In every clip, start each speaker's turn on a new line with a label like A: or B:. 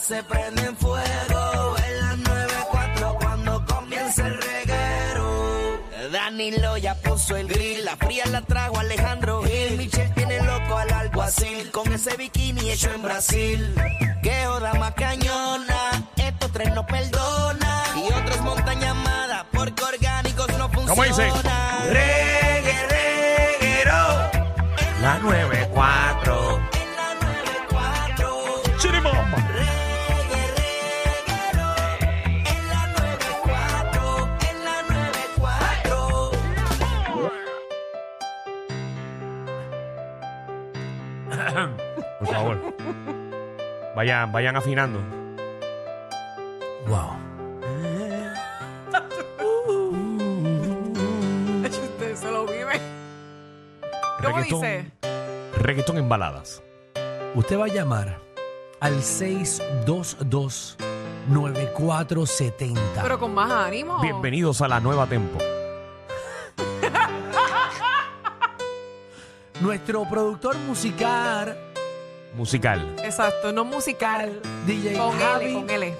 A: se prende en fuego. En las 94 cuando comienza el reguero. Danilo ya puso el grill, la fría la trago Alejandro Gil. Michel tiene loco al alguacil con ese bikini hecho en Brasil. Que joda más cañona, estos tres no perdona. Y otros montaña amada porque orgánicos no funcionan.
B: ¿Cómo dice?
A: Regue, reguero. La 94. En la 94.
B: Chirimamba.
A: En la 94, en la 94.
B: Por favor. Vayan, vayan afinando. Wow.
C: Usted se lo vive. ¿Cómo
B: Reggaetón,
C: dice?
B: reggaetón en baladas.
D: Usted va a llamar al 622-9470.
C: Pero con más ánimo.
B: Bienvenidos a la nueva tempo.
D: Nuestro productor musical,
B: Musical.
C: Exacto, no musical.
D: DJ
C: Con L,
D: Javi,
C: con L.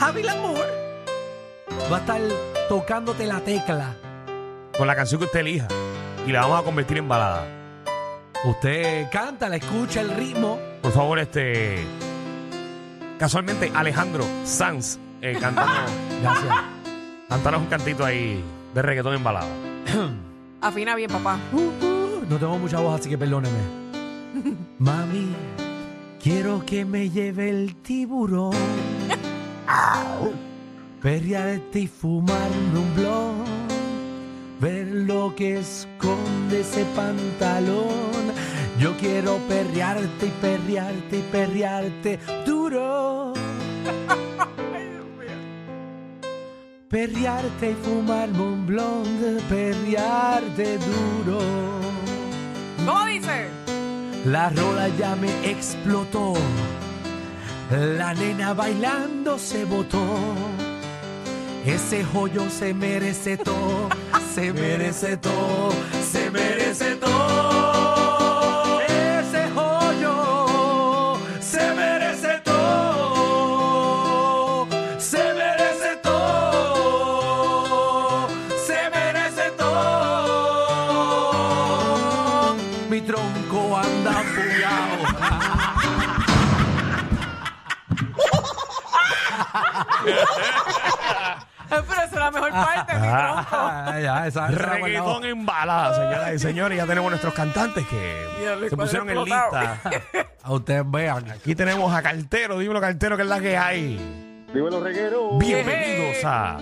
D: Javi Lamour, va a estar tocándote la tecla.
B: Con la canción que usted elija. Y la vamos a convertir en balada.
D: Usted canta, la escucha, el ritmo.
B: Por favor, este. Casualmente, Alejandro Sanz eh, cantando,
D: Gracias.
B: cantanos un cantito ahí de reggaetón en balada.
C: Afina bien, papá.
D: Uh, uh, no tengo mucha voz, así que perdóneme. Mami, quiero que me lleve el tiburón. Perrearte este y fumarme un blon. Ver lo que esconde ese pantalón. Yo quiero perrearte y perrearte y perrearte duro. Perrearte y fumarme un blonde, perrearte duro.
C: ¿Cómo dice?
D: La rola ya me explotó. La nena bailando se botó. Ese joyo se merece todo. Se merece todo. Se merece todo. Ese joyo se merece todo. Se merece todo. Se merece todo. Mi tronco anda fugado.
C: Pero esa es la mejor
D: Ah,
C: parte, mi tronco.
D: ya, esa, esa la guardaba.
B: Reggaetón en balada, señoras y señores. Ya tenemos nuestros cantantes que
C: Mira, Luis,
B: se
C: padre
B: pusieron en
C: explotado.
B: lista.
D: A ustedes vean.
B: Aquí tenemos a Cartero. Dímelo, Cartero, que es la que hay.
E: Dímelo, reguero.
B: Bienvenidos a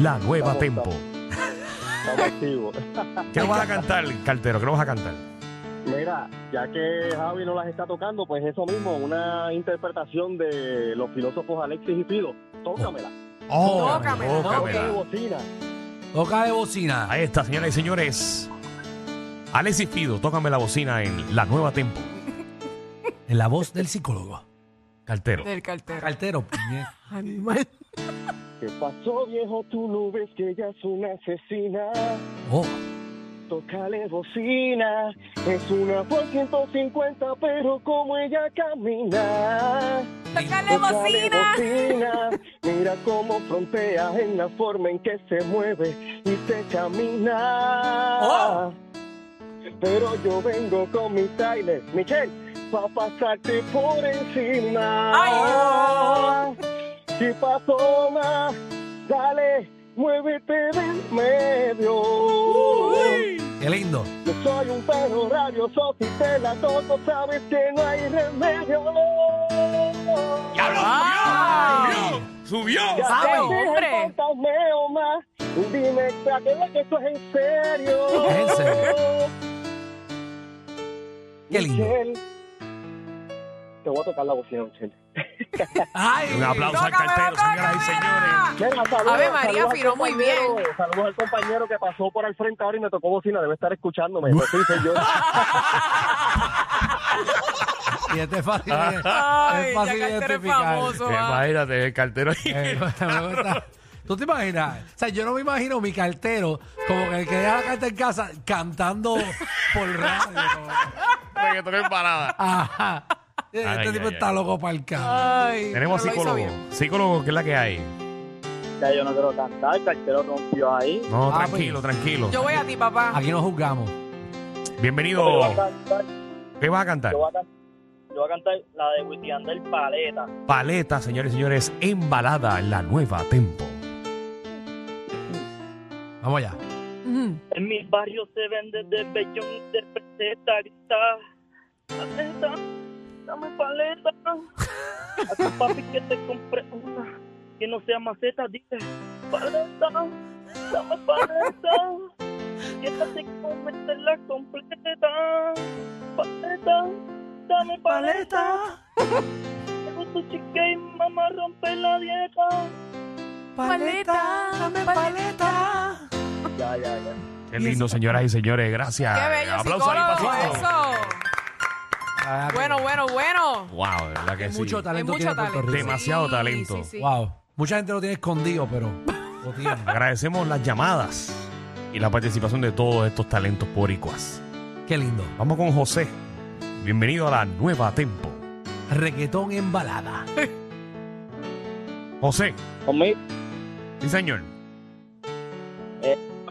B: La Nueva
E: Vamos,
B: Tempo.
E: Estamos activos.
B: ¿Qué vas a cantar, Cartero? ¿Qué vas a cantar?
E: Mira, ya que Javi no las está tocando, pues eso mismo, una interpretación de los filósofos Alexis y Fido. Tócamela.
C: Tócamela,
B: tócamela.
E: Tócame bocina.
D: Toca de bocina.
B: Ahí está, señoras y señores. Alexis Fido, tócame la bocina en La Nueva Tempo.
D: En la voz del psicólogo.
B: Cartero.
C: Del cartero.
D: Cartero. puñe.
C: Animal.
E: ¿Qué pasó, viejo? Tú no ves que ella es una asesina.
D: Oh,
E: Tócale bocina. Es una por 150, pero como ella camina.
C: ¡Tócale bocina!
E: bocina. Mira cómo frontea en la forma en que se mueve y se camina.
D: Oh.
E: Pero yo vengo con mi Tyler, Michelle, pa' pasarte por encima. Si pasó más, dale, muévete del medio.
D: qué lindo.
E: Yo soy un perro rabioso, si te la toco, sabes que no hay remedio.
C: ¡Wow!
B: ¡Subió!
E: Ya
C: ¡Sabe,
E: te
C: hombre!
E: dije, fantasmeo más. Dime, ¿para que esto es en serio?
D: Es en serio. Qué lindo.
E: Michelle, Te voy a tocar la bocina, Michelle.
D: Ay,
B: Un aplauso al
C: ¡Tócamela,
B: Cartero, señoras y
C: tócamela!
B: señores.
E: Mira, saludos,
C: Ave María,
E: saludos al
C: firó muy
E: compañero,
C: bien.
E: Saludos al compañero que pasó por al frente ahora y me tocó bocina. Debe estar escuchándome. Pues sí, soy yo.
D: Y este es fácil. de-
C: Ay,
D: es
C: ya
D: fácil
C: Cartero es
D: identificar.
C: famoso. ah.
B: Imagínate, el Cartero ahí.
D: Eh, me gusta. ¿Tú te imaginas? O sea, yo no me imagino mi cartero como que el que deja la carta en casa cantando por radio. como-
B: reggaetón en balada.
D: Ajá. Eh,
F: Este
B: Ay,
F: tipo
B: ay,
F: está
B: ay.
F: loco para el carro.
C: Ay,
B: Tenemos
C: pero lo hizo
B: psicólogo.
C: bien.
B: Psicólogo, que es la que hay.
E: Ya yo no quiero cantar, cartero rompió ahí.
B: No,
F: Papi.
B: tranquilo, tranquilo.
C: Ah, pues. Yo voy a ti, papá.
D: Aquí no juzgamos.
B: Bienvenido.
E: cantar,
B: ¿Qué vas a cantar?
E: a cantar, yo voy a cantar la de Witianda el Paleta.
B: Paleta, señores y señores, embalada en la nueva tempo.
D: Vamos allá.
C: Ujú.
E: En mi barrio se vende de bellón, de preseta, grita. Paleta, dame paleta. A tu papi que te compre una, que no sea maceta, dice. Paleta, dame paleta. Que esta se come, te la completa. Paleta, dame paleta. Hago tu chica y mamá rompe la dieta.
C: Paleta, dame paleta.
E: Ya, ya, ya.
B: Qué lindo, señoras y señores. Gracias.
C: Qué bello
B: Aplauso ahí,
C: psicólogo.
B: pasito.
C: Eso.
D: Ah,
C: Bueno, bueno, bueno.
B: Wow, de verdad que sí.
D: Mucho
C: Hay
D: talento
C: mucho
D: tiene Puerto
C: talento.
D: Rico.
B: Demasiado talento.
C: sí, sí.
D: Wow. Mucha gente lo tiene escondido, pero lo tiene.
B: Agradecemos las llamadas y la participación de todos estos talentos boricuas.
D: Qué lindo.
B: Vamos con José. Bienvenido a la nueva tempo.
D: Reggaetón en balada.
B: José,
E: Conmigo,
B: sí señor.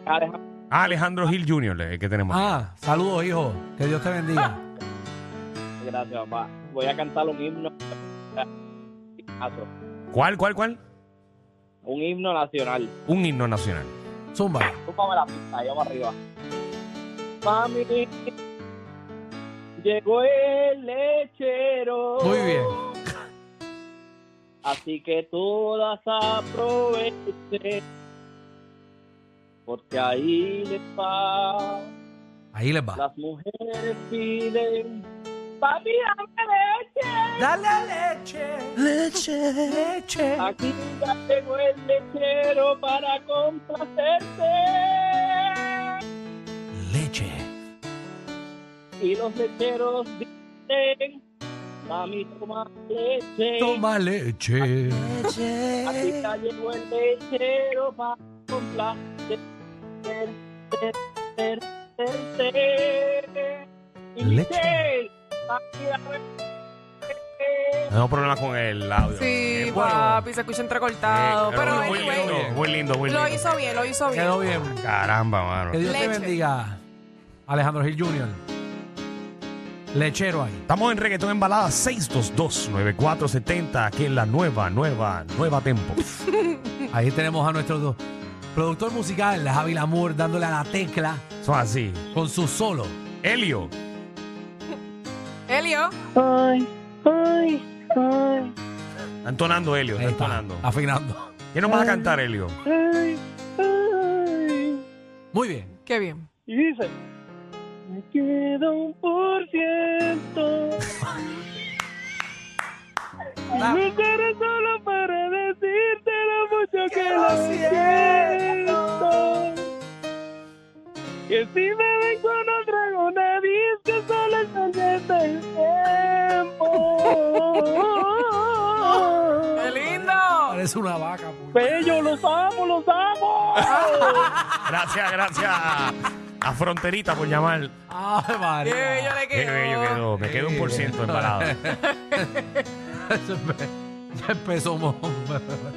E: Alejandro.
B: Ah, Alejandro Gil Jr., el que tenemos. aquí.
D: Ah, saludos, hijo. Que Dios te bendiga.
E: Gracias, papá. Voy a cantar un himno.
C: Ah.
B: ¿Cuál, cuál, cuál?
E: Un himno nacional.
B: Un himno nacional.
D: Zumba.
E: Túpame la pista, ahí vamos arriba. Mami, llegó el lechero.
D: Muy bien.
E: Así que todas aprovechen. Porque ahí les va.
D: Ahí les va.
E: Las mujeres piden. Papi, dame leche.
D: Dale leche. Leche. Leche.
E: Aquí ya llegó el lechero para complacerte.
D: Leche.
E: Y los lecheros dicen, mami, toma leche.
D: Toma leche.
E: Aquí ya llegó el lechero para complacerte. Y
D: Leche.
E: dice, "Mami, dame leche".
B: Tenemos problemas con el audio.
C: Sí,
B: Eh, bueno.
C: papi, se escucha entrecortado.
B: Eh,
C: pero
B: muy, muy
C: anyway,
B: lindo, muy lindo, muy
C: lo
B: lindo.
C: hizo bien, lo hizo bien.
D: Quedó bien.
B: Caramba, mano.
D: Que Dios te
C: Leche.
D: bendiga. Alejandro Gil Jr. Lechero ahí.
B: Estamos en Reggaetón en Balada 622-9470, aquí en la nueva, nueva, nueva tempo.
D: Ahí tenemos a nuestro do- productor musical, Javi Lamour, dándole a la tecla
B: Son así.
D: con su solo.
B: Helio,
C: Elio,
G: Ay, ay, ay,
B: está entonando Helio,
D: Ahí
B: está Ah.
D: está,
B: entonando.
D: afinando.
B: ¿Qué nos vas a cantar, Helio?
G: ay, ay.
D: Muy bien.
C: qué bien.
G: Y dice, me queda un por ciento. Y
D: La-
G: me estaré solo para decirte lo mucho que, lo siento. Que si me ven con otra en una disco solo es perder el tiempo.
C: ¡Qué lindo!
D: Parece una vaca. pu-
G: Pues yo los amo, los amo.
B: Gracias, gracias a, a Fronterita por llamar.
D: Ay,
C: ¡Qué
D: María.
C: bello le
B: Qué bello
C: quedó!
B: quedó. Me quedo un por ciento en balada.
D: Eso empe- Ya empezó. mo-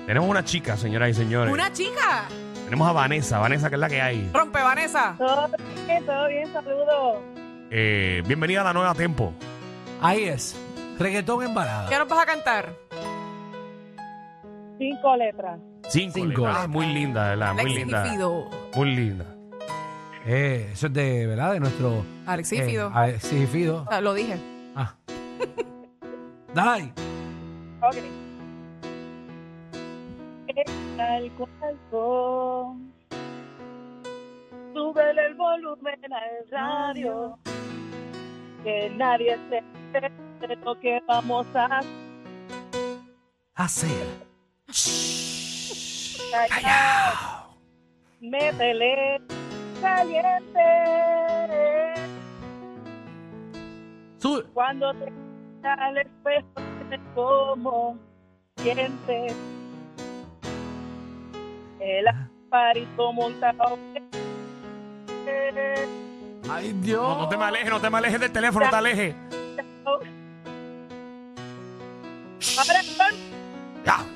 B: Tenemos una chica, señoras y señores.
C: ¡Una chica!
B: Tenemos a Vanessa, Vanessa, que es la que hay.
C: ¡Rompe, Vanessa!
G: Todo bien, todo bien, saludos.
B: Eh, bienvenida a la nueva tempo.
D: Ahí es. Reggaetón en balada.
C: ¿Qué nos vas a cantar?
G: Cinco letras.
B: Cinco.
D: Cinco.
B: letras. Ah, muy linda, ¿verdad? Muy
C: Alex
B: linda.
C: Ifido.
B: Muy linda.
D: Eh, eso es de, ¿verdad? De nuestro.
C: Alex
D: eh,
C: Ifido.
D: a- sí, Fido.
C: Ah, Lo dije.
D: Ah. Dale.
G: Ok. Tal cual son. Súbele el volumen al radio. Que nadie se entere de lo que vamos a hacer.
D: Hacer.
G: Métele caliente.
D: Su-
G: Cuando te mira al espejo, te como sientes el aparito montado.
D: Ay, Dios.
B: No, no te me alejes, no te me alejes del teléfono, no te alejes.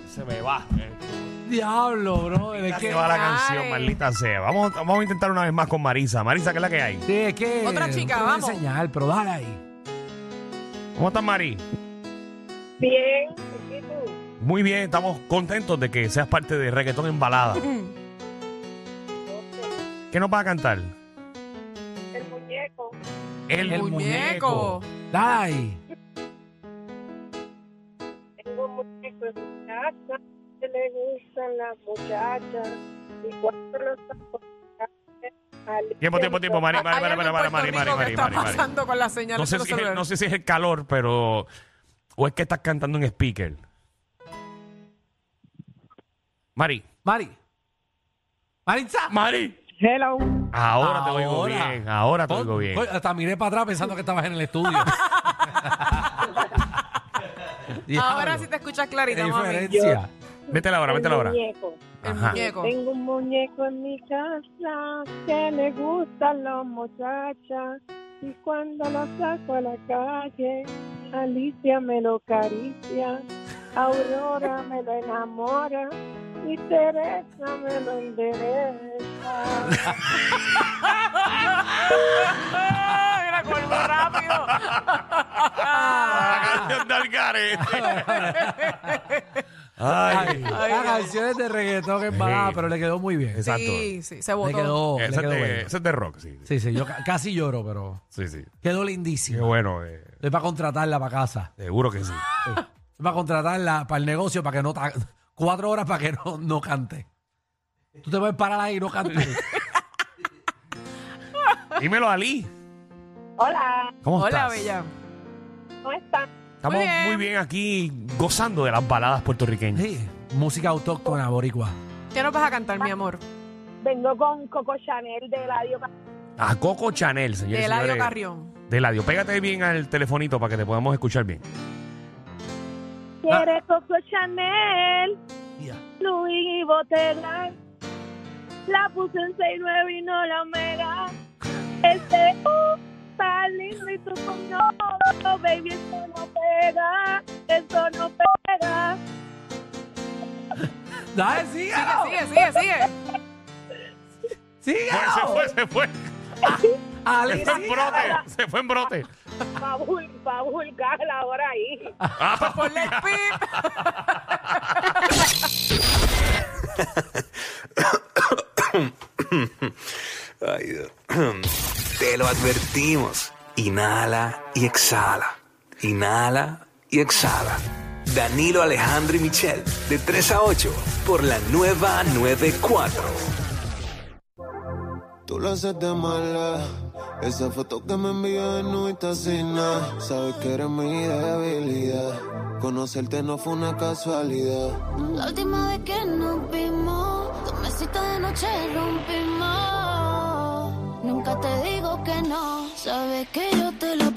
B: se me va. eh.
D: Diablo, bro. Es
B: Se
D: que,
B: va la
C: Ay.
B: canción, maldita sea. Vamos, vamos a intentar una vez más con Marisa. Marisa, ¿qué es la que hay?
D: sí, es que
C: Otra chica,
D: no te voy a
C: vamos.
D: enseñar, pero dale ahí.
B: ¿Cómo estás, Mari?
G: Bien, ¿y tú?
B: Muy bien, estamos contentos de que seas parte de Reggaetón en Balada. ¿Qué nos vas a cantar?
G: El muñeco.
C: El, muñeco.
D: Dale ahí.
G: Tengo un muñeco en mi casa que le gustan las muchachas y cuando los
B: Tiempo, tiempo, tiempo, Mari, Mari,
C: Ah, Hay
B: Mari,
C: algo en
B: Mari, Mari,
C: Puerto
B: Mari, Mari, Mari,
C: Rico que está
B: Mari, Mari.
C: pasando con las señales
B: No sé,
C: de los
B: si es,
C: celulares.
B: no sé si es el calor, pero. O es que estás cantando en speaker. Mari.
D: Mari. Maritza.
B: Mari.
G: Hello.
B: Ahora, te oigo
D: Ahora.
B: bien. Ahora te
D: Con-
B: oigo bien.
D: con- Hasta miré para atrás pensando que estabas en el estudio.
C: Ahora
D: Diablo,
C: sí te escuchas
D: qué
C: clarita, mami.
D: diferencia.
B: Vete la hora, vete la hora.
G: muñeco.
B: Ajá.
C: Muñeco.
G: Tengo un muñeco en mi casa que le gustan las muchachas y cuando lo saco a la calle, Alicia me lo caricia, Aurora me lo enamora y Teresa me lo endereza.
C: ¡Ah! Mira, colgó rápido.
B: Ah, La canción de Algarete.
D: Ay,
B: Ay.
D: las canciones de reggaetón en balada,
B: Sí.
D: pero le quedó muy bien.
B: Exacto.
C: Sí, sí, se
D: Le
C: votó.
D: quedó, Oh, le
B: Ese es
D: quedó
B: de-
D: bueno.
B: ese es de rock, sí.
D: Sí, sí, yo ca- casi lloro, pero
B: Sí, sí.
D: quedó
B: Qué
D: lindísimo.
B: bueno. eh,
D: Es para contratarla para casa.
B: Seguro que sí.
D: Es para contratarla para el negocio, para que no... ta- Cuatro horas para que no, no cante. Tú te vas a parar ahí y no cantes.
B: Dímelo, Ali.
G: Hola,
B: ¿Cómo
C: Hola,
B: estás?
C: bella.
G: ¿cómo están?
B: Estamos
C: Muy bien.
B: muy bien aquí gozando de las baladas puertorriqueñas.
D: Sí, música autóctona, boricua.
C: ¿Qué nos vas a cantar, mi amor?
G: Vengo con Coco Chanel de Radio
B: A Coco Chanel, señores. y
C: De Eladio
B: señores.
C: Carrión.
B: De Eladio. Pégate bien al telefonito para que te podamos escuchar bien.
G: Quiere Coco Chanel,
D: Ya.
G: Louis Botella. La puse en 69 y no la mega. Este uh, está lindo y tú con no, no, baby, esto no pega, esto no pega.
D: Dale, sigue.
C: Sigue, sigue, sigue.
D: Sigue.
B: Fue, se fue, se fue.
D: Ale,
B: Se fue en
D: sigue.
B: brote. Se fue en brote.
G: Pa' bul- pa' vulgar ahora ahí.
B: Ah,
C: Ponle el pip.
F: Ay, Dios. Te lo advertimos. Inhala y exhala. Inhala y exhala. Danilo Alejandro y Michel, de 3 a 8, por la nueva 94.
H: Tú lo haces de mala. Esa foto que me envió en nada Sabes que eres mi debilidad. Conocerte no fue una casualidad.
I: La última vez que nos vimos, dos mesitas de noche rompimos. Nunca te digo que no, sabes que yo te lo